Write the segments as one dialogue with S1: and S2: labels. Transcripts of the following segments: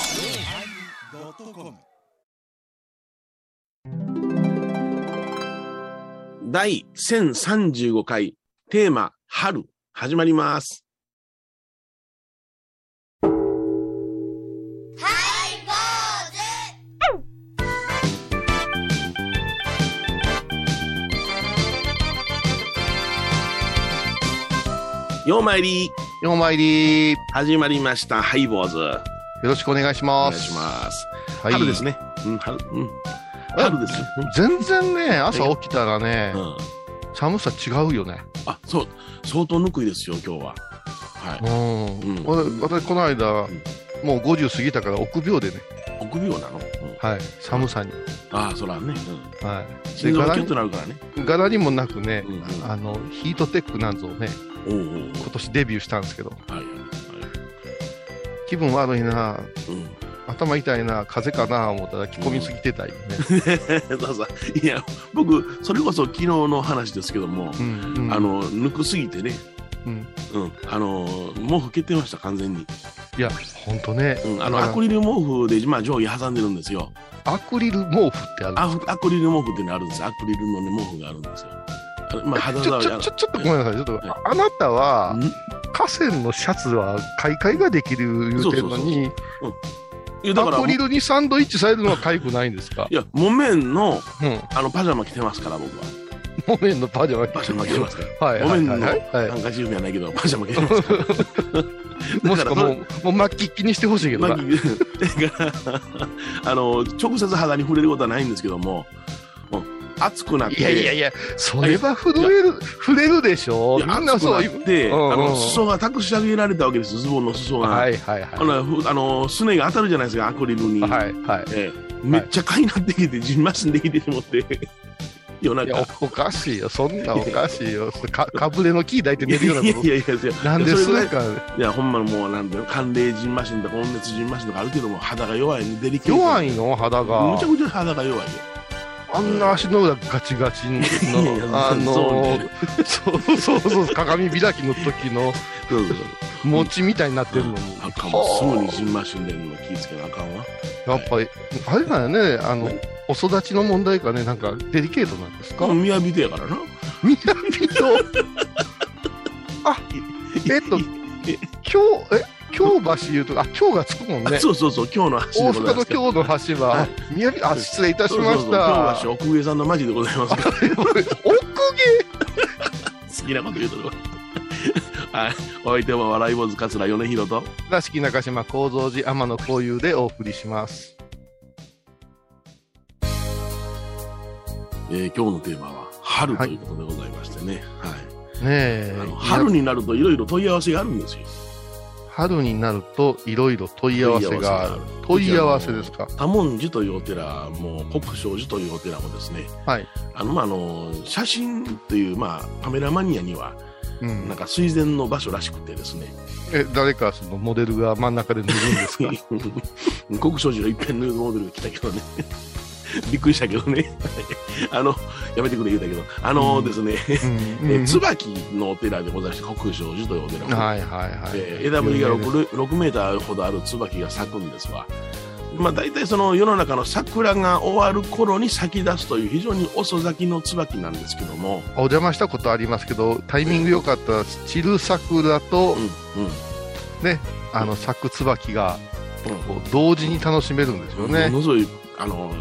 S1: yosmir
S2: 第1035回テーマ春始まります。ようまいり
S3: ようまいりー。よ
S2: 始まりました。ハイボーズ。お
S3: ろしくお願いしま
S2: 願い
S3: す。
S2: します。
S3: は
S2: 春ですね。うん、春、うん。春です。
S3: 全然ね、朝起きたらね
S2: う、ん。
S3: 寒さ違うよね。
S2: あ、そう、相当ぬくいですよ、今日は。は
S3: う
S2: い。
S3: ん。
S2: うん
S3: 私、私この間
S2: ん、
S3: もう50過ぎたから臆病でね、
S2: 臆病なの、うん
S3: はい、寒さに。
S2: ああ、そらね。うん
S3: は
S2: 心臓がキュッとなるからね。
S3: い。柄にもなくね
S2: うん、
S3: あの、ヒートテックなんぞをね、
S2: おうおう
S3: 今年デビューしたんですけど、
S2: おうはいはいはい。
S3: 気分悪いな、
S2: うん。
S3: 頭痛いな、風邪かな、思ったら着込みすぎてたよね。
S2: そうそういや、僕、それこそ昨日の話ですけども、
S3: うん。うん
S2: あ、の、ぬくすぎてね、
S3: うん。
S2: うん、あの、毛布蹴ってました、完全に。
S3: いや、ほんとね
S2: う、ん、あ
S3: だ
S2: の、
S3: から
S2: アクリル毛布で、まあ、上下挟んでるんですよ。
S3: アクリル毛布ってある
S2: アフアクリル毛布っていうのあるんですアクリルの、ね、毛布があるんですよ。あれまあ、肌
S3: ち
S2: 触
S3: ょ
S2: り
S3: ち
S2: あ
S3: ょ
S2: の
S3: ちょちょっとごめんなさい、ちょっと、ああなたは
S2: ん
S3: 河川のシャツは買い替えができる言うてんのに、
S2: いや、だから、
S3: アクリ
S2: い
S3: ルにサンドイッチされるのはかゆくないんですか、
S2: や、木綿の、
S3: うん、
S2: あの、パジャマ着てますから、僕は。
S3: 木綿のパジャマ
S2: パジャマ着てますから。
S3: はいはいはいはい、
S2: ハ
S3: は
S2: ンカチーフやないけど、パジャマ着てますから。
S3: い、 もし
S2: だ
S3: く
S2: から
S3: はもうもう末期気にしてほしいけど
S2: まあ、
S3: な、
S2: だから あの直接肌に触れることはないんですけども、うん熱くなって、
S3: いやいやいや、それは触れる触れるでしょ、
S2: い
S3: み
S2: や
S3: んな
S2: 熱く
S3: そ
S2: な
S3: う
S2: っ
S3: 言う。
S2: て、
S3: んうん
S2: あの裾が託し上げられたわけです、ズボンの裾が。
S3: はいはいはい。
S2: あのふあのすねが当たるじゃないですか、アクリルに。
S3: はいは
S2: ええめっちゃかになってきて、じんましんできてしも って、夜
S3: い。いや
S2: 中。
S3: おおかしいよ、そんなおかしいよ、かかぶれの木抱いて寝るようなこ
S2: いやいやいや
S3: と、なんで
S2: そ
S3: す
S2: れぐらい
S3: か、
S2: いやほんまのもうなんだよ寒冷じんましんとか温熱じんましんとかあるけども肌が弱いんでデリケート
S3: 弱
S2: い
S3: いの、肌が。
S2: むちゃくちゃ肌が弱いよ
S3: あんな足の裏ガチガチの
S2: いやいや、
S3: あ
S2: そう
S3: の
S2: ね、
S3: そうそうそう、鏡開きの時の
S2: そうそうそう
S3: 餅みたいになってるのに、
S2: あかんもすぐにじんましんでんの気ぃつけなあかんわ
S3: やっぱり、あれだよね、あの、お育ちの問題かね、なんかデリケートなんですか
S2: もう雅手やからな
S3: 南の、 あ、えっと、京、え、京橋いうと、あ、京がつくもん
S2: あ
S3: ね。
S2: そうそうそう今日の橋
S3: 大
S2: でござ
S3: 阪
S2: いま
S3: の
S2: すけど
S3: 京の橋は、宮城、あ、失礼いたしま
S2: そうそうそう
S3: し
S2: 今日
S3: た。
S2: の橋奥上さんの町でございますけど
S3: 奥
S2: 好きなこと言う とるわはいお相手は笑い坊主桂米広と
S3: 倉敷中島幸三寺天野幸雄でお送りします。
S2: えー今日のテーマは春ということでございましてねはい
S3: ねえ
S2: あの、
S3: 春
S2: 春になるといろいろ問い合わせがあるんですよ
S3: 春になるといろいろ問い合わせがある。問い合わせですか。
S2: 多文寺というお寺も国生寺というお寺もですね
S3: はい。
S2: あのまああの写真という、まあ、カメラマニアには
S3: う
S2: なん
S3: ん。
S2: か垂涎の場所らしくてですね
S3: え、誰かそのモデルが真ん中で脱ぐんですか
S2: 国生寺がいっぺんヌードモデルが来たけどね びっくりしたけどね あのやめてくれ言うたけどあのですね、
S3: うん
S2: え
S3: うん
S2: 椿のお寺でございまして国生寺というお寺、
S3: はいはいはい。
S2: えー枝ぶりが 6, 6メーターほどある椿が咲くんですわまあ大体その世の中の桜が終わる頃に咲き出すという非常に遅咲きの椿なんですけども、
S3: お邪魔したことありますけど、タイミング良かったら、散る桜と、
S2: うんうん、
S3: あの、咲く椿が、
S2: うん
S3: こう同時に楽しめるんですよね
S2: も。のすごいあの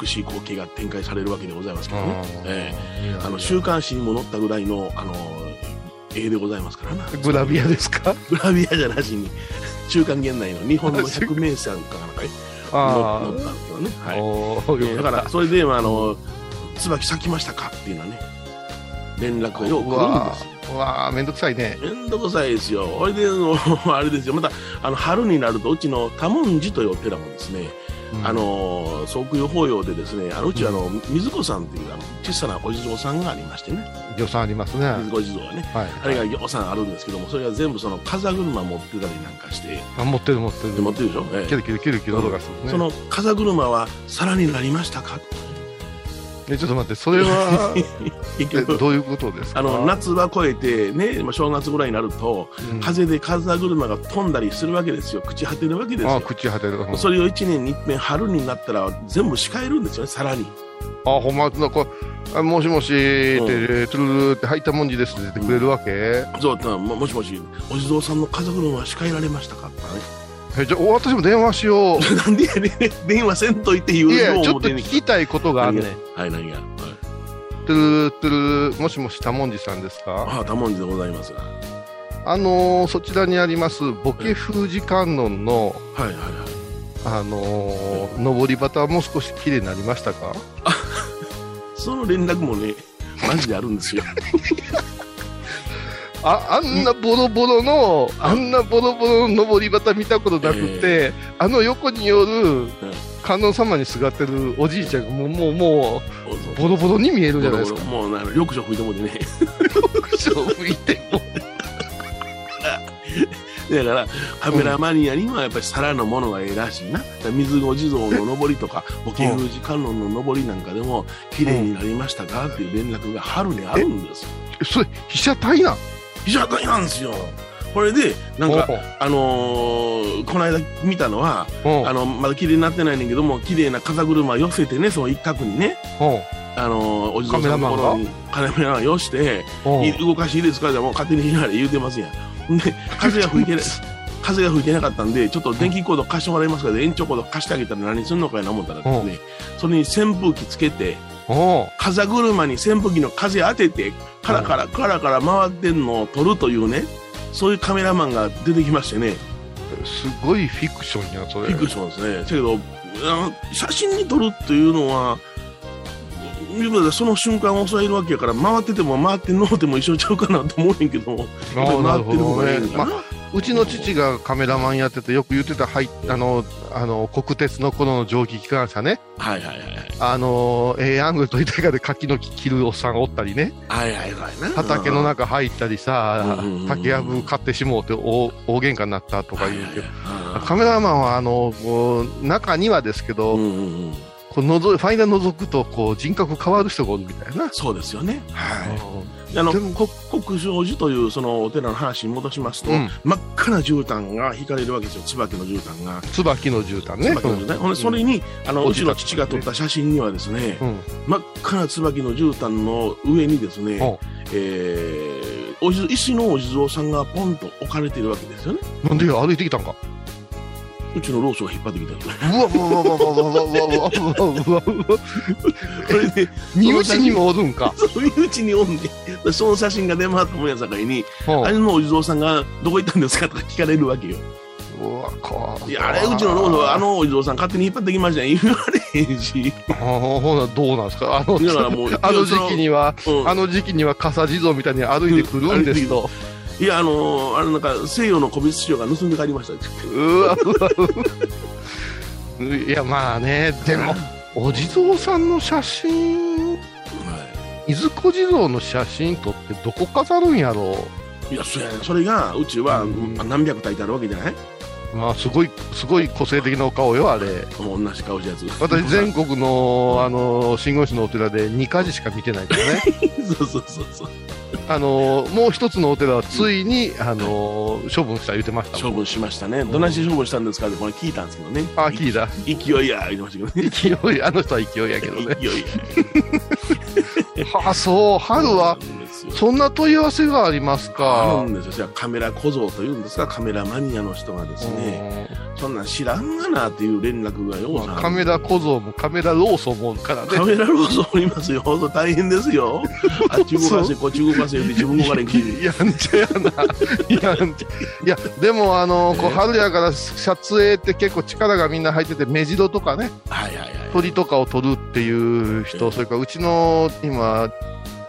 S2: 美しい光景が展開されるわけでございますけどね、え
S3: う
S2: え
S3: ん
S2: あの週刊誌にも載ったぐらいのあの絵でございますからな
S3: グラビアですか
S2: グラビアじゃなしに週刊現代の日本の百名山かなんかに
S3: あ
S2: 載ったんですよね、
S3: あ。
S2: はい
S3: おー
S2: ええ、だからそれで、まあ、あの椿咲きましたかっていうのはね連絡がよく来るんですよ
S3: うわあ、めんどくさいね。
S2: めんどくさいですよ。ほいで、あの あれですよ。また、あの、春になると、うちの多文寺というお寺もですね、あ、のー、即位法要でですね、あのうちあの、水子さんっていうあの小さなお地蔵さんがありましてね、
S3: 予算ありますね。は
S2: 水子地蔵はね、
S3: い。
S2: あれがぎょうさんあるんですけども、それが全部その風車持ってたりなんかして、
S3: あ持ってる持ってる。
S2: で持ってるでしょ、ええ
S3: キュルキュルキュルキュル音がするね。
S2: その風車は皿になりましたか
S3: えちょっと待って、それ は
S2: 結
S3: え
S2: 局
S3: どういうことですか
S2: あの夏は越えて、ね、まあ正月ぐらいになると、
S3: うん
S2: 風で風車が飛んだりするわけですよ、朽ち果てるわけです
S3: あ
S2: よ
S3: あ、。口果てる。うん
S2: それを1年に一遍春になったら全部仕えるんですよね、さらに。
S3: あ、ほんまだこあもしもしーって、
S2: う
S3: トゥルルルって入ったもんじですって出てくれるわけ、
S2: そうたももしもし、お地蔵さんの家族のは仕えられましたかとかね
S3: えじゃあお私も電話しよう
S2: なんでやねん、電話せんといて言う
S3: いや
S2: よう
S3: ちょっと
S2: て
S3: 聞
S2: ね
S3: きたいことがあるねん
S2: はい、何が。はい
S3: トゥルルルトゥルルルもしもし多文字さんですか
S2: ああ、多文字でございますが。は
S3: あのーそちらにありますボケ封じ観音の
S2: いはいはい。
S3: あのー上り旗はもう少し綺麗になりましたか
S2: その連絡もね、マジであるんですよ。
S3: ああんなボロボロの、あんなボロボロの上り旗見たことなくて、あの横による観音様にすがってるおじいちゃんがもうもうもうボロボロに見えるじゃないですか。
S2: もうな緑色吹いてもでね
S3: 吹いても
S2: だからカメラマニアにはやっぱり皿のものがええらしいなだから水後地蔵の上りとかお給仕観音の上りなんかでも綺麗になりましたかっていう連絡が春にあるんですよ
S3: それ被写体なん
S2: 非常に大変なんですよこれでなんかあのーこの間見たのは
S3: うん
S2: あのまだ綺麗になってないねんけども綺麗な風車寄せてねその一角にねあのーお地蔵さんのところにカメラマン寄して
S3: うん
S2: い動かしていいですかじゃあもう勝手にしながら言うてますやん。で、風が吹いてな風が吹いてなかったんで、ちょっと電気コード貸してもらえますかで、延長コード貸してあげたら何するのかいな思ったらですね、それに扇風機つけて、
S3: うん
S2: 風車に扇風機の風当てて、カラカラカラカラ回ってんのを撮るというね、そういうカメラマンが出てきましてね、
S3: すごいフィクションやんそ
S2: フ
S3: れ
S2: ィクションですね。だけど、あの写真に撮るっていうのは、言うたらその瞬間を抑えるわけやから、回ってても回ってんのうても一緒ちゃうかなと思うねんけども、
S3: あーなる
S2: 回って
S3: ほどね
S2: る方がいいのか
S3: ま
S2: な
S3: あうちの父がカメラマンやっててよく言ってた、はい、あのあの国鉄の頃の蒸気機関車ね
S2: はいはいはいはい。
S3: あのええアングルといたかで柿の木切るおっさんおったりね
S2: はいはいはいな。
S3: 畑の中入ったりさ
S2: うんうんうん
S3: 竹やぶ買ってしもうて大大喧嘩になったとか言うけど
S2: はいはいはい
S3: カメラマンはあのこう中にはですけど、
S2: うんうんうん
S3: こうのぞファイナル覗くとこう人格変わる人がおるみたいな、
S2: そうですよね。は。
S3: はい
S2: あの、
S3: で
S2: こ国生寺というそのお寺の話に戻しますと、
S3: うん
S2: 真っ赤な絨毯が引かれるわけですよ、椿の絨毯が。
S3: い、椿の絨毯ね
S2: 椿の絨毯ほんでそれに、あの、
S3: お
S2: う
S3: じ
S2: ち
S3: いちゃん
S2: の父が撮った写真にはですね、
S3: うんうん
S2: 真っ赤な椿の絨毯の上にですね、
S3: お
S2: えーお地石のお地蔵さんがポンと置かれているわけですよね。
S3: なんでよ歩いてきたんか
S2: うちの老僧が引っ張ってき たんですね
S3: うわうわうわうわうわうわうわうわうわう
S2: こ
S3: わ
S2: れで、
S3: 身内にもおるんか、
S2: そういううちにおんで、その写真が出回ったもんやさかいに、
S3: うん
S2: あれのお地蔵さんがどこ行ったんですかとか聞かれるわけよ。
S3: うわか
S2: いや、あれ、うちのロード、あのお地蔵さん勝手に引っ張ってきましたね。言われへんし。
S3: あほなどうなんですかあの
S2: だからもう
S3: あの時期には
S2: うん
S3: あの時期には傘地蔵みたいに歩いてくるんですと
S2: いや、あのーあれなんか、西洋の古美術商が盗んで帰りましたって。
S3: うわうわうわいやまあねでもお地蔵さんの写真
S2: は
S3: 伊豆小地蔵の写真撮ってどこ飾るんやろ
S2: い。いや、そやねそれが、うちは、
S3: うん
S2: まあ何百体ってあるわけじゃないう
S3: まあすごいすごい個性的なお顔よあれ
S2: もう同じ顔したやつ。
S3: 私全国のあの信号市のお寺で2か寺しか見てないけど ね
S2: そうそうそうそう。
S3: あのもう一つのお寺はついにあの処分した言ってました
S2: 処分しましたね。どないして処分したんですかって、これ聞いたんですけどね。
S3: ああ聞 いた
S2: 勢いや、言ってましたけどね。
S3: 勢いあの人は勢いやけどね
S2: 勢いや。
S3: はあそう春は
S2: そうなんですよ
S3: そんな問い合わせがあります
S2: あ
S3: か
S2: るんですよ。それはカメラ小僧というんですか、カメラマニアの人がですね、そんなん知らんがなっていう連絡がよう
S3: ま
S2: さ
S3: あ、カメラ小僧もカメラローソンもおるから
S2: カ
S3: ね
S2: メラローソンおりますよ。本当大変です よ。あっち動かせ、こっち動かせって自分動かれんきり。
S3: やんちゃやなやんちゃいやでもあのこう
S2: え
S3: 春やから撮影って結構力がみんな入ってて目白とかね
S2: はいはいはい。
S3: 鳥とかを撮るっていう
S2: え
S3: 人
S2: え
S3: それからうちの今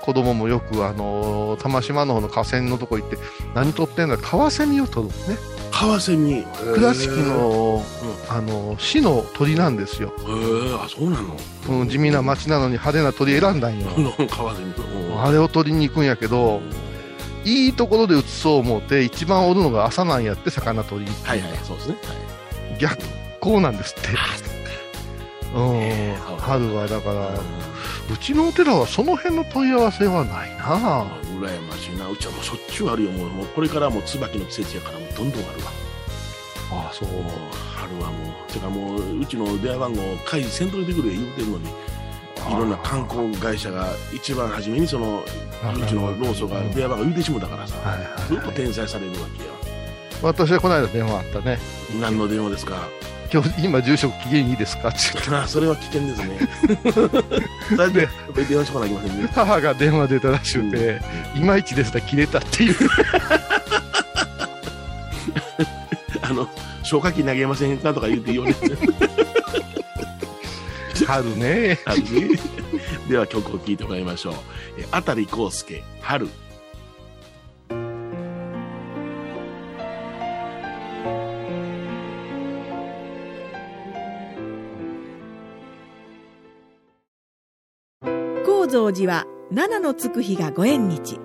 S3: 子供もよくあの玉島の方の河川のとこ行って何撮ってんだカワセミを撮るのね
S2: カワセミ。
S3: 倉敷の
S2: う
S3: あの市の鳥なんですよ、
S2: へーあ、そうなの。
S3: うん、地味な町なのに派手な鳥選んだんよ
S2: うん。カワセミ。
S3: あれを取りに行くんやけどいいところで映そう思うて一番おるのが朝なんやって魚取り
S2: はいはい、そうですね。はい
S3: 逆光なんですって
S2: あ
S3: うん
S2: ええ
S3: 春はだからうちのお寺はその辺の問い合わせはないな
S2: あ羨ましいなうちはもうしょっちゅうあるよもうもうこれからもう椿の季節やからもうどんどんあるわ
S3: ああそう
S2: もう春はもうてかもううちの電話番号会議せんといてくれ言うてるのにいろんな観光会社が一番初めにそのうちの老祖が電話番号言うてしもたからさ、
S3: はいはいはい
S2: ずっと転載されるわけや
S3: 私はこの間電話あったね
S2: 何の電話ですか
S3: 今日今住職期限いいですかって言って
S2: あそれは危険です ねそれでやっぱり電話しとかなきゃいけませんね
S3: 母が電話出たらしくて、いまいちですが切れたっていう
S2: あの消火器投げませんかとか言うて言われて
S3: 春ね
S2: 感じでは曲を聴いてもらいましょう。えー、あたりこうすけ、春。
S1: 高蔵寺は七のつく日がご縁日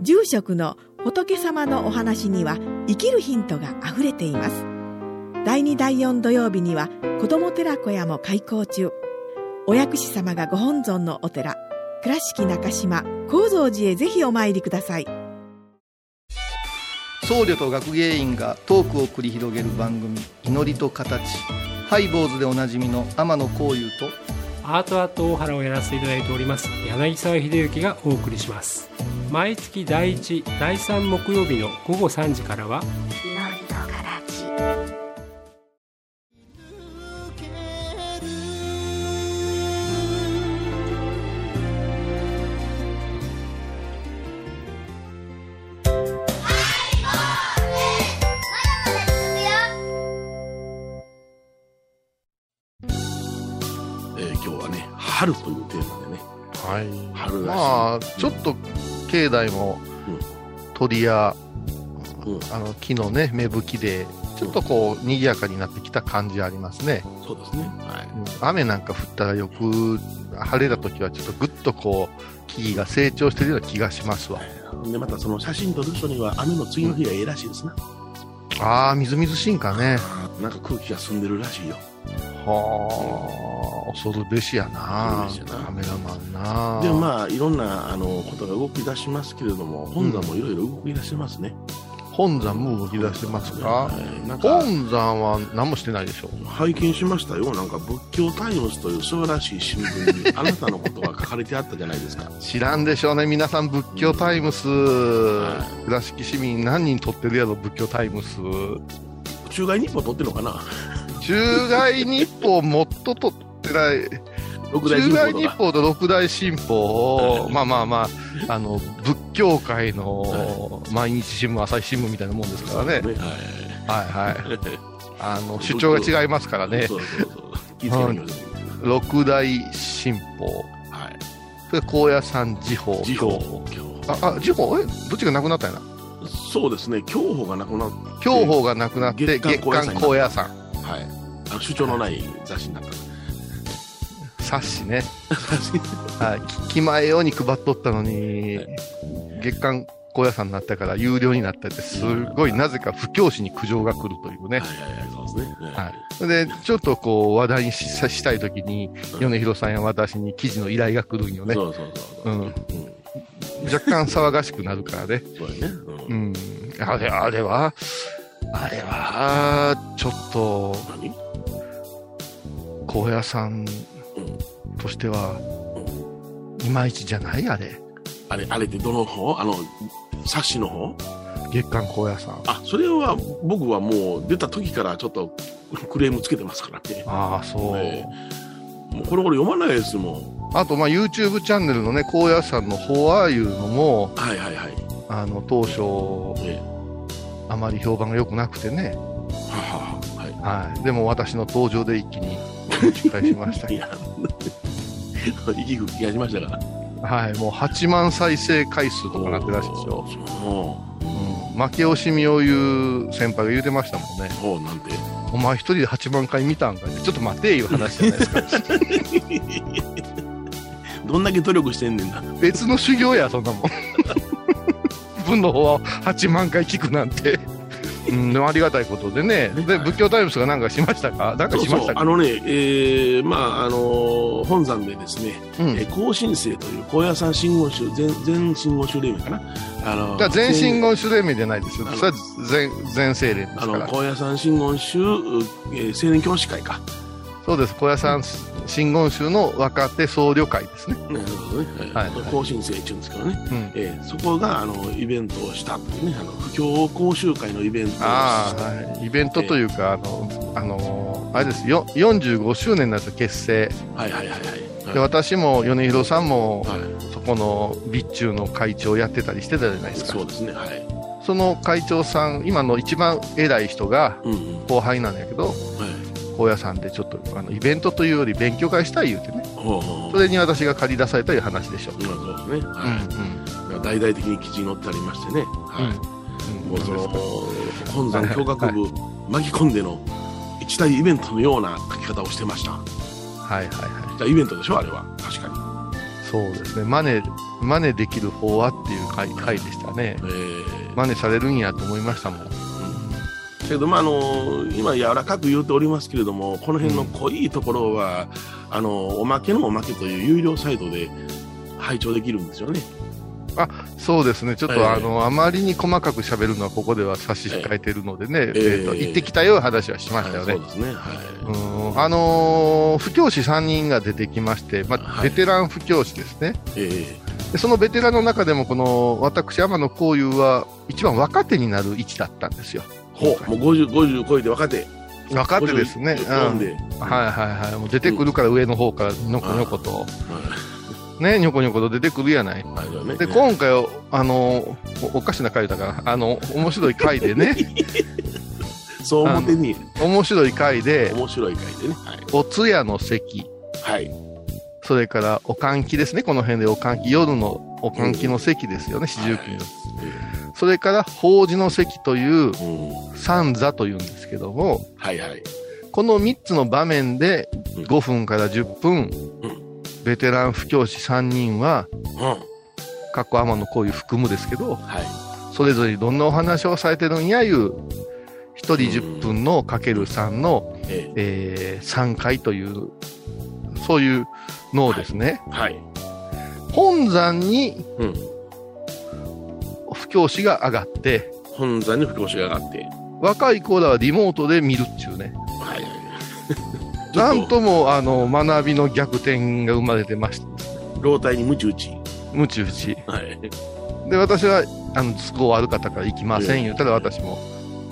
S1: 住職の仏様のお話には生きるヒントがあふれています第2第4土曜日には子ども寺小屋も開校中お薬師様がご本尊のお寺倉敷中島・高蔵寺へぜひお参りください
S4: 僧侶と学芸員がトークを繰り広げる番組「祈りと形」ハイボーズでおなじみの天野幸雄と
S5: アートアート大原をやらせていただいております柳沢秀幸がお送りします毎月第1第3木曜日の午後3時からは
S2: えー今日はね、春というテーマでね、
S3: はい
S2: 春らしい。
S3: まあちょっと境内も
S2: うん
S3: 鳥や
S2: うん、
S3: あの木のね芽吹きでちょっとこう賑やかになってきた感じありますね、
S2: そうですね。はい。
S3: うん雨なんか降ったらよく晴れた時はちょっとぐっとこう木々が成長してるような気がしますわ
S2: で、またその写真撮る人には雨の次の日がええらしいですな。
S3: あーみずみずしいんかね
S2: なんか空気が澄んでるらしいよ。
S3: はあ恐るべしやな
S2: 恐るべしやな
S3: カメラマンな
S2: で、まあ、いろんな、あの、ことが動き出しますけれども、本山もいろいろ動き出してますね。
S3: 本山も動き出してますか
S2: はいなんか、
S3: 本山は何もしてないでしょ
S2: 拝見しましたよ。なんか、仏教タイムズという素晴らしい新聞 に、あなたのことが書かれてあったじゃないですか。
S3: 知らんでしょうね皆さん仏教タイムス
S2: は
S3: 倉敷市民何人撮ってるやろ仏教タイムス
S2: 中外日報撮ってるのかな
S3: 中外日報もっと撮ってない
S2: 六大神
S3: 中
S2: 報
S3: 外
S2: と
S3: 日
S2: か。
S3: 報と六大新報
S2: は
S3: を
S2: い
S3: まあまあまああの仏教界の毎日新聞朝日新聞みたいなもんですからね
S2: ね
S3: はいはい
S2: は
S3: あの主張が違いますから
S2: い。
S3: ね
S2: そうそうそう。気付けないように
S3: 六大新報
S2: はい。
S3: それから高野山時報
S2: 時報。
S3: ああ時報えどっちがなくなったんやな
S2: そうですね。競歩がなくなっ
S3: 競歩がなくなって月
S2: 月刊
S3: 刊高野山
S2: た。はい。あの主張のない雑誌になった。
S3: 冊子ねはい、聞き前ように配っとったのに、月刊高野山になったから有料になったって、すごいなぜか不教師に苦情が来るというね。
S2: はいはいはい、そうですね。
S3: はい。で、ちょっとこう話題にししたいときに、
S2: うん
S3: 米広さんや私に記事の依頼が来るんよね。
S2: そうそうそう。
S3: うん
S2: うん。
S3: 若干騒がしくなるからね。
S2: そうやね。
S3: う
S2: うん。
S3: ん。あれ、あれは、あれは、ちょっと、
S2: 何
S3: 高野
S2: う
S3: 山
S2: ん
S3: としては、いまいちじゃないあれ。
S2: あれ、あれってどの方あの、冊子の方
S3: 月刊高野山。
S2: あ、それは僕はもう出た時からちょっとクレームつけてますからね。
S3: ああ、そう。
S2: ええもうこれこれ読まないですもん。
S3: あと、まあ、YouTube チャンネルのね、高野山の方はいうのも、
S2: はいはいはい。
S3: あの、当初、
S2: ええ
S3: あまり評判が良くなくて
S2: は
S3: ね、
S2: ははは
S3: はい。でも私の登場で一気に失敗しました
S2: い。
S3: け
S2: いや、 息吹きがしましたから。
S3: ど、はい。もう8万再生回数とかなってらしいですよ。
S2: そ
S3: うん。負け惜しみを言う先輩が言うてましたもんね。
S2: う。そうなんて。
S3: お前一人で8万回見たんかいって、ちょっと待ていう話じゃないですか。
S2: どんだけ努力してんねんな。
S3: 別の修行や、そんなもん。分の方は8万回聞くなんて。うん、でもありがたいことでね、
S2: ね
S3: で仏教タイムスがなんかしましたか、なんか
S2: そう
S3: しまし
S2: そう
S3: たか、
S2: あのね、えーまああのー本山でですね、
S3: うん
S2: えー高新生という高野山信号宗全全信号宗連盟かな、あのー
S3: だから全身言主霊名じゃないですよ
S2: あ、の
S3: それは全全精霊です
S2: あ
S3: か
S2: の
S3: ら、
S2: 高野山信号宗、うえー、青年教師会か、
S3: そうです、小屋さん、真言宗の若手僧侶会ですね、
S2: ねなるほどね
S3: はい
S2: はい高新生っていうんですけどね、
S3: うん、
S2: えーそこがあのイベントをしたっていうね、あの布教講習会のイベントをした
S3: ああ、はい、イベントというか、あの、あのあれですよ、45周年になった結成、
S2: はいはいはいはい。
S3: で私も米広さんも、
S2: はい、
S3: そこの備中の会長やってたりしてたじゃないですか
S2: そう、ですね、はい。
S3: その会長さん、今の一番偉い人が
S2: うんうん、
S3: 後輩なんやけど、
S2: はい。
S3: 高野山でちょっとあのイベントというより勉強会したい言うてね
S2: ほうほう
S3: それに私が借り出されたという話でしょう、
S2: まあそうですね、
S3: うん
S2: はい大々的に記事に載ってありましてね、はい
S3: うん
S2: もうその
S3: そう
S2: 本山教学部巻き込んでの一大イベントのような書き方をしてました。
S3: はいはいは
S2: じゃあイベントでしょ、あれは。確か
S3: いそうですね真似真似できる方はっていう回回でしたね
S2: に。えー
S3: 真似されるんやと思いましたもん
S2: けど、まあ、あの今、柔らかく言うておりますけれども、この辺の濃いところは、あのおまけのおまけという有料サイトで拝聴できるんですよね。
S3: そうですねちょっと、
S2: ええ
S3: あのあまりに細かく喋るのはここでは差し控えてるのでね、
S2: え
S3: え
S2: え
S3: ーと行ってきたよいう話はしました
S2: はいそ
S3: よね、
S2: うですね。は
S3: うんあのー、布教師3人が出てきまして、まあ、
S2: はい
S3: ベテラン布教師ですね、
S2: い。え
S3: でそのベテランの中でもこの私、天野幸雄は一番若手になる位置だったんですよ。
S2: ーほう、もう50、50超えて若手。
S3: 若手ですね。うん、
S2: 読んで、
S3: はいはいはい。もう出てくるから上の方からにょこにょこと、ね、にょこにょこと出てくるやない。
S2: はいはい
S3: で、今回は、あの、おおかしな回だから、あの、面白い回でね、
S2: そう表に
S3: 面白い回で、
S2: 面白い回でね、はい、
S3: お通夜の席、
S2: はい、
S3: それからお換気ですね、この辺でお換気、夜のお換気の席ですよね、四十九の。それから、法事の席という、
S2: うん、
S3: 三座というんですけども、
S2: はいはい、
S3: この3つの場面で
S2: うん
S3: 5分から10分、
S2: う
S3: ベテラン布教師3人は、
S2: うん、はい、
S3: かっこ天野こういう含むですけど、それぞれどんなお話をされてるんやいう、1人10分のかける3の、
S2: え
S3: え3回という、そういうのをですね、
S2: ー、はい、
S3: 本山に
S2: うん、
S3: 布教師が上がって、
S2: 本山に副教師が上がって、
S3: 若い子らはリモートで見るっちゅうね。
S2: はいはいはい、
S3: なんとも、あの、学びの逆転が生まれてました。
S2: 老体に鞭打ち、
S3: ムチ打ち。
S2: はい、
S3: で私はあの都合悪かったから行きませ
S2: え
S3: ん
S2: え
S3: 言うたら私も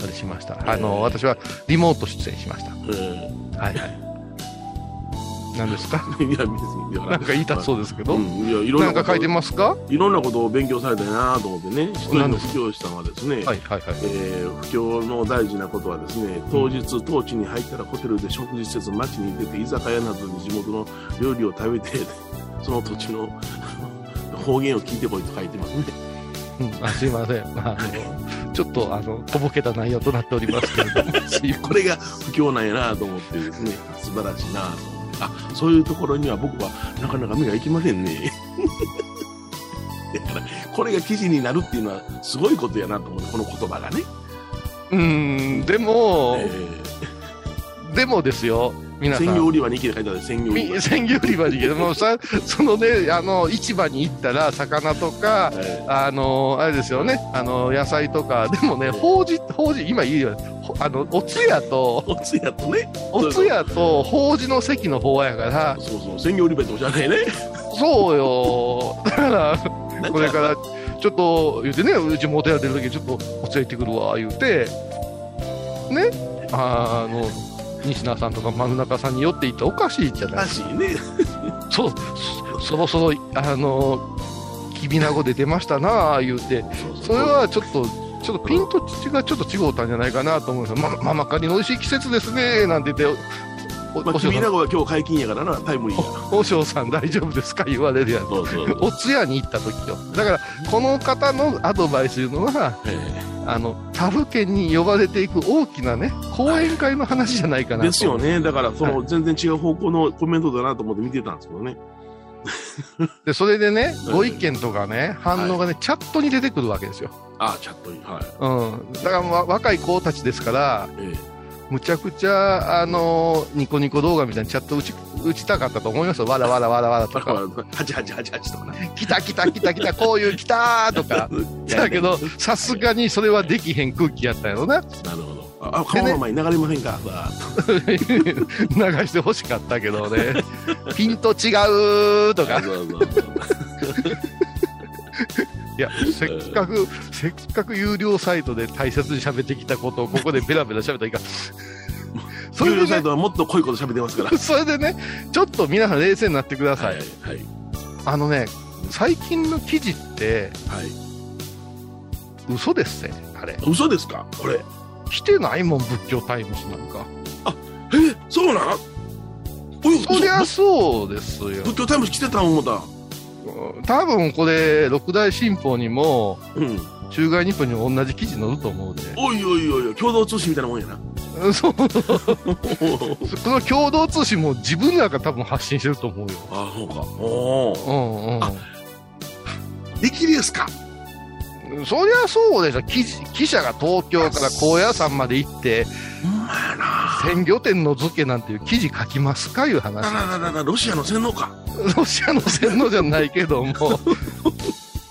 S3: あれしました、あ
S2: ええ
S3: の私はリモート出演しました
S2: う
S3: はいはい何ですか
S2: ん、いや別にいや
S3: なんか言いたそうですけど、
S2: うん、いやいろん
S3: な
S2: なん
S3: か
S2: こと
S3: 書いてますか
S2: いろんなことを勉強されたいなと思ってね、一人の副教師さんはですね、
S3: はいはいはい
S2: えー不況の大事なことはですね当日当地に入ったらホテルで食事施設町に出て居酒屋などに地元の料理を食べてその土地の方言を聞いてこいと書いてますね
S3: うん、あすいません、まあ、あのちょっとあのとぼけた内容となっておりますけれども すいま
S2: これが不況なんやなと思ってですね素晴らしいなと思ってあそういうところには僕はなかなか目が行きませんね だからこれが記事になるっていうのはすごいことやなと思ってこの言葉がね、
S3: うーんでも、
S2: え
S3: でもですよ
S2: ー
S3: 皆さ
S2: 鮮魚
S3: ん
S2: 売り場に行けって書いてある鮮魚売り場
S3: み鮮魚売り場に行けどもさそのねあの市場に行ったら魚とか
S2: え
S3: あのあれですよね、あの野菜とか、でもね、ほうじ、ほうじ、今いいよ、ほあのおつやと、
S2: ーおつやとね
S3: おつやとほうじの席の方やから、
S2: そうそう鮮魚売り場っておしゃれね
S3: そうよ、だから、
S2: なん
S3: これからちょっと言うてね、うちもお寺出るとき、ちょっとおつや行ってくるわ、言うて、ね、あの、西田さんとか真ん中さんに寄っていっておかしいじゃ
S2: お
S3: ない
S2: かしいね。
S3: そう、そそろそろ、あの、きびなごで出ましたな、言うて、それはちょっと、ちょっとピンと土がちょっと違うたんじゃないかなと思うんですよ。ま、ママカニの美味しい季節ですね、なんて言って、お、
S2: まあ、
S3: おしょう
S2: 君
S3: さ
S2: ら
S3: ん、
S2: ごは今日解禁やからな、タイムリーや
S3: おしょうさん大丈夫ですか言われるやん。
S2: そうそう。
S3: お通夜に行った時よ。だから、この方のアドバイスというのは、
S2: ええ
S3: あの、他府県に呼ばれていく大きなね、講演会の話じゃないかなと
S2: ですよ。ね。だから、その、全然違う方向のコメントだなと思って見てたんですけどね。
S3: で、それでね、
S2: うん
S3: ご意見とかね、反応がね、チャットに出てくるわけですよ。
S2: ああ、チャットに。はい。
S3: うん。だから、わ若い子たちですから、
S2: え
S3: むちゃくちゃ、あのニコニコ動画みたいにチャット打ち、打ちたかったと思いますよ。わらわらわらわらと
S2: え。
S3: か、
S2: 八八八八とかね。
S3: 来た来た来 た来た、こういう来たーとか。だけど、さすがにそれはできへん空気やったんやろな。
S2: なるほど。あ、あ川の前に流れませんか。わーっ
S3: 流してほしかったけどね。ピント違うと
S2: と
S3: か。
S2: そうそうそう
S3: いや、せっかく、せっかく有料サイトで大切に喋ってきたことをここでベラベラ喋ったらいかん。それ
S2: 有料サ
S3: で
S2: イ
S3: ね、
S2: トはもっと濃いこと喋ってますから。
S3: それでね、ちょっと皆さん冷静になってくださ。
S2: はいい。はい。
S3: あのね、最近の記事って
S2: はい。
S3: 嘘ですね、あれ。
S2: 嘘ですか。これ。
S3: 来てないもん、仏教タイムズなんか。
S2: え、そうなん。おい、
S3: そりゃそうですよ。
S2: 仏教タイムズ来てた思った。
S3: 多分これ、六大新法にも、
S2: うん。
S3: 中外日報にも同じ記事載ると思うで。
S2: おいおいおいおい、共同通信みたいなもんやな。
S3: そう。
S2: おお
S3: この共同通信も自分らが多分発信してると思うよ。
S2: あ、そうか。おお。
S3: うんうん。
S2: あできるですか。
S3: そりゃそうでしょ記事記者が東京から高野山まで行って
S2: ほんまやな。
S3: 鮮魚店の漬けなんていう記事書きますかいう話
S2: あらららら、ロシアの洗脳か。
S3: ロシアの洗脳じゃない けども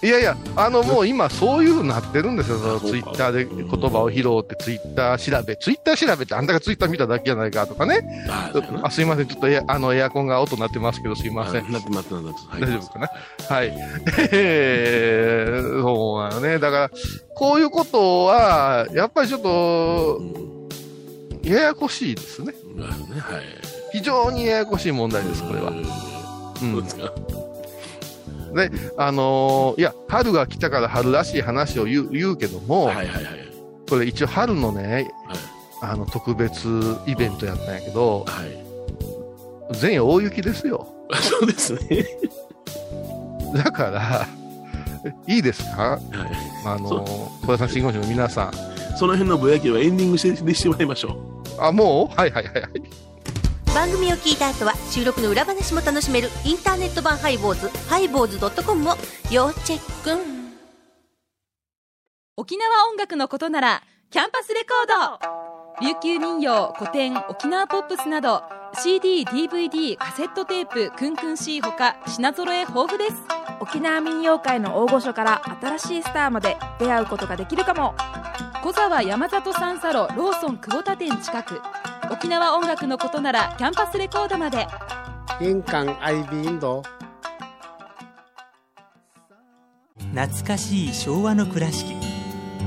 S3: いやいやあのもう今そういうふうになってるんですよそのツイッターで言葉を拾ってツイッター調べツイッター調べってあんたがツイッター見ただけじゃないかとかね
S2: あそうやな
S3: あすいませんちょっとエアあのエアコンが音鳴ってますけどすいません
S2: あなってなってなって。はい
S3: 大丈夫かなはい。 えー、そうなのね。だから、こういうことは、やっぱりちょっと
S2: う、ん。
S3: ややこしいですね。
S2: なるほどね、はい。
S3: 非常にややこしい問題です、これは。う
S2: うん。そうんで。すか。
S3: あのーいや、春が来たから春らしい話を言う言うけども、
S2: はいはいはい。
S3: これ一応春のね、あの、特別イベントやったんやけど、
S2: はい。
S3: 全夜大雪ですよ。
S2: そうですね。
S3: だから、 いいですか
S2: はい。
S3: あのー、小屋さん信号師の皆さん。
S2: その辺のぼやきはエンディングしてしてしまいましょう。
S3: あ、もうはいはいはいはい。
S6: 番組を聞いた後は収録の裏話も楽しめるインターネット版ハイボーズハイボーズドットコムを要チェック
S7: 沖縄音楽のことならキャンパスレコード琉球民謡古典沖縄ポップスなど CDDVD カセットテープクンクン C ほか品揃え豊富です
S8: 沖縄民謡界の大御所から新しいスターまで出会うことができるかも
S7: 小沢山里三佐路ローソン久保田店近く沖縄音楽のことならキャンパスレコードまで
S9: 玄関アイビンド
S10: 懐かしい昭和の倉敷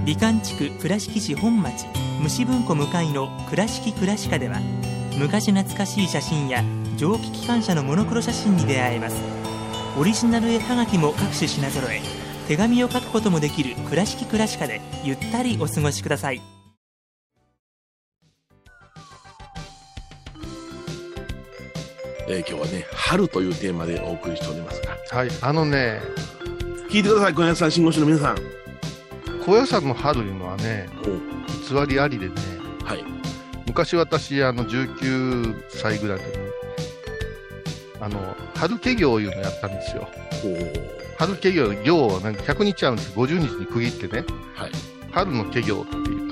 S10: 美観地区倉敷市本町虫文庫向かいの「倉敷倉歯科」では昔懐かしい写真や蒸気機関車のモノクロ写真に出会えますオリジナル絵はがきも各種品揃え手紙を書くこともできる「倉敷倉歯科」でゆったりお過ごしください
S2: えー、今日はね、春というテーマでお送りしておりますが、
S3: はい、あのね、
S2: 聞いてください、小林さん、信号師の皆さん。
S3: 高野山の春いうのはね、偽りありでね、
S2: はい。
S3: 昔私、あの、19歳ぐらいの時に、あの、春家業いうのやったんですよ。
S2: おお。
S3: 春家業、行はなんか100日あるんですけど50日に区切ってね、
S2: はい。
S3: 春の家業っていう、
S2: うんうん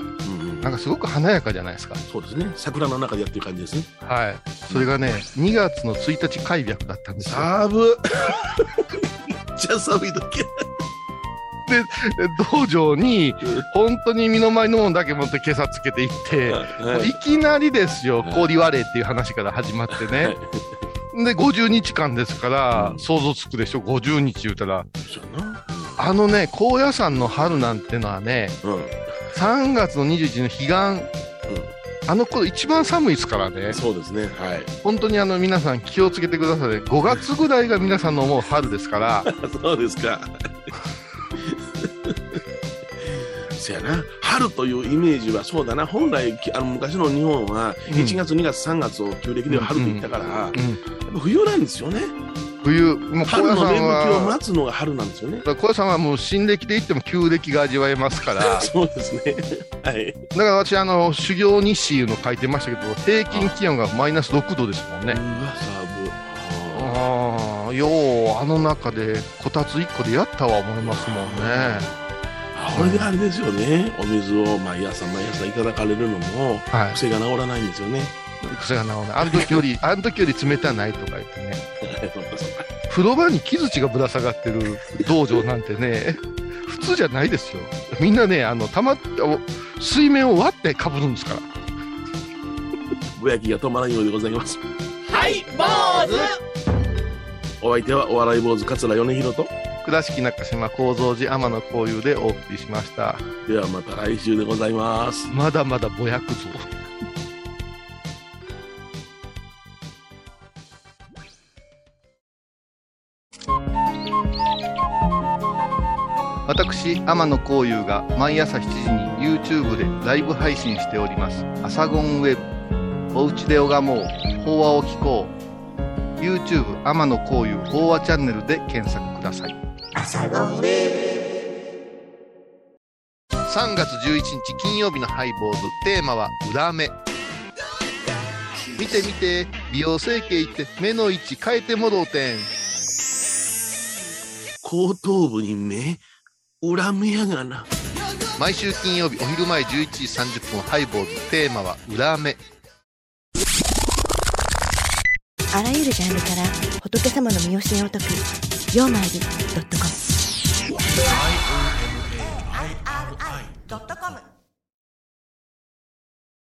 S3: なんかすごく華やかじゃないですか。
S2: そうですね。桜の中でやってる感じですね。
S3: はい。それがね、2月の1日開闢だったんですよ。
S2: ぶ。めっちゃ寒い時。
S3: 道場に
S2: うん、
S3: 本当に身の回りのものだけ持って今朝つけて行って、も
S2: は
S3: ういきなりですよ
S2: は、い
S3: 氷割れっていう話から始まってね。
S2: はい
S3: で、50日間ですから
S2: う、ん
S3: 想像つくでしょ、50日言うたら。
S2: そうやな。
S3: あのね、高野山の春なんてのはね、
S2: うん。
S3: 3月の21の彼岸、あの頃一番寒いですからね、
S2: そうですね。はい。
S3: 本当にあの皆さん気をつけてくださいね。5月ぐらいが皆さんの思う春ですから、
S2: そうです か。せやな春というイメージはそうだな本来きあの昔の日本は
S3: うん
S2: 1月、2月3月を旧暦では春と言ったから、やっ
S3: うん
S2: ぱ冬なんですよね
S3: 冬、もう高
S2: 春の
S3: 野山
S2: 芽吹きを
S3: は、
S2: 待つのが春なんですよね
S3: だから高野山はもう新暦で行っても旧暦が味わえますから、だ
S2: そうですねはい
S3: から私、あの、修行日誌いうの書いてましたけど、平均気温がマイナス6度ですもんね
S2: う。わサーブ
S3: あ
S11: なようあの中でこたつ1個でやったは思いますもんね
S2: あこれであれですよねお水を毎朝毎朝いただかれるのも癖が治らないんですよね、
S11: 癖が治らないあの時よりあの時より冷たないとか言ってね風呂場に木槌がぶら下がってる道場なんてね 普通じゃないですよみんなねあのたまってお水面を割ってかぶるんですから
S2: ぼやきが止まらんようでございます
S12: はい坊主
S2: お相手はお笑い坊主桂米広と
S11: 倉敷中島幸三寺天野幸雄でお送りしました
S2: ではまた来週でございます
S11: まだまだぼやくぞ
S3: 私天野幸雄が毎朝7時に YouTube でライブ配信しております「アサゴンウェブ」「おうちで拝もう法話を聞こう」YouTube 天野幸雄法話チャンネルで検索ください3月11日金曜日のハイボーズテーマは「裏目」見て見て美容整形行って目の位置変えてもろうてん
S2: 後頭部に目恨みやがな
S3: 毎週金曜日お昼前11時30分ハイボーズテーマは「裏目」
S1: あらゆるジャンルから仏様の身教えを解く「曜マイルドットコム」